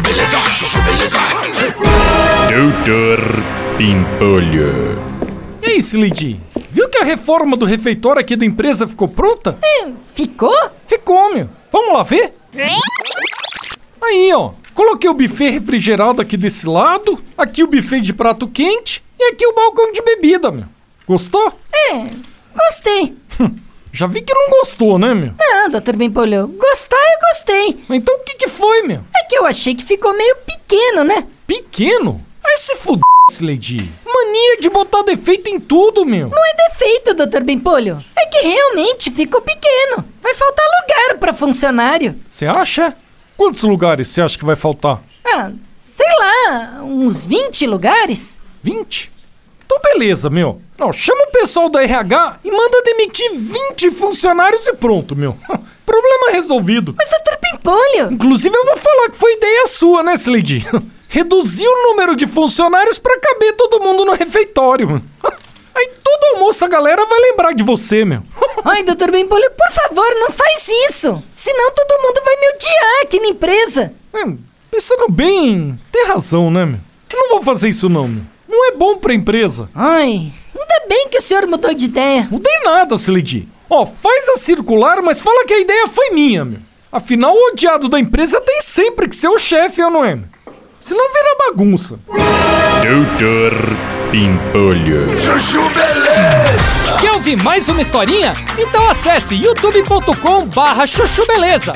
beleza, chuchu beleza. Doutor Pimpolho. E aí, Slid? Viu que a reforma do refeitório aqui da empresa ficou pronta? Ficou? Ficou, meu. Vamos lá ver? Aí, ó. Coloquei o buffet refrigerado aqui desse lado, aqui o buffet de prato quente e aqui o balcão de bebida, meu. Gostou? É, Gostei. Já vi que não gostou, né, meu? Não, doutor Bimpolho, gostar eu gostei. Mas Então o que que foi, meu? É que eu achei que ficou meio pequeno, né? Pequeno? Ai, se fuder, Slade. Mania de botar defeito em tudo, meu. Não é defeito, doutor Bimpolho. É que realmente ficou pequeno. Vai faltar lugar pra funcionário. Você acha? Quantos lugares você acha que vai faltar? Ah, sei lá, uns 20 lugares? 20? Então beleza, meu. Não, chama o pessoal da RH e manda demitir 20 funcionários e pronto, meu. Problema resolvido. Mas doutor Bimpolho, Inclusive eu vou falar que foi ideia sua, né, Slade? Reduzir o número de funcionários pra caber todo mundo no refeitório. Aí todo almoço a galera vai lembrar de você, meu. ai, doutor Bimpolho, por favor, não faz isso. Senão todo mundo vai me odiar aqui na empresa. É, pensando bem, tem razão, né, meu? Eu não vou fazer isso não, meu. Não é bom pra empresa. Ai, ainda bem que o senhor mudou de ideia. Mudei nada, Sledi. Ó, faz a circular, mas fala que a ideia foi minha, meu. Afinal, o odiado da empresa tem sempre que ser o chefe, ou não é? meu? Senão vira bagunça. Doutor Pimpolho. Chuchu beleza. Quer ouvir mais uma historinha? Então acesse youtube.com barra chuchu beleza.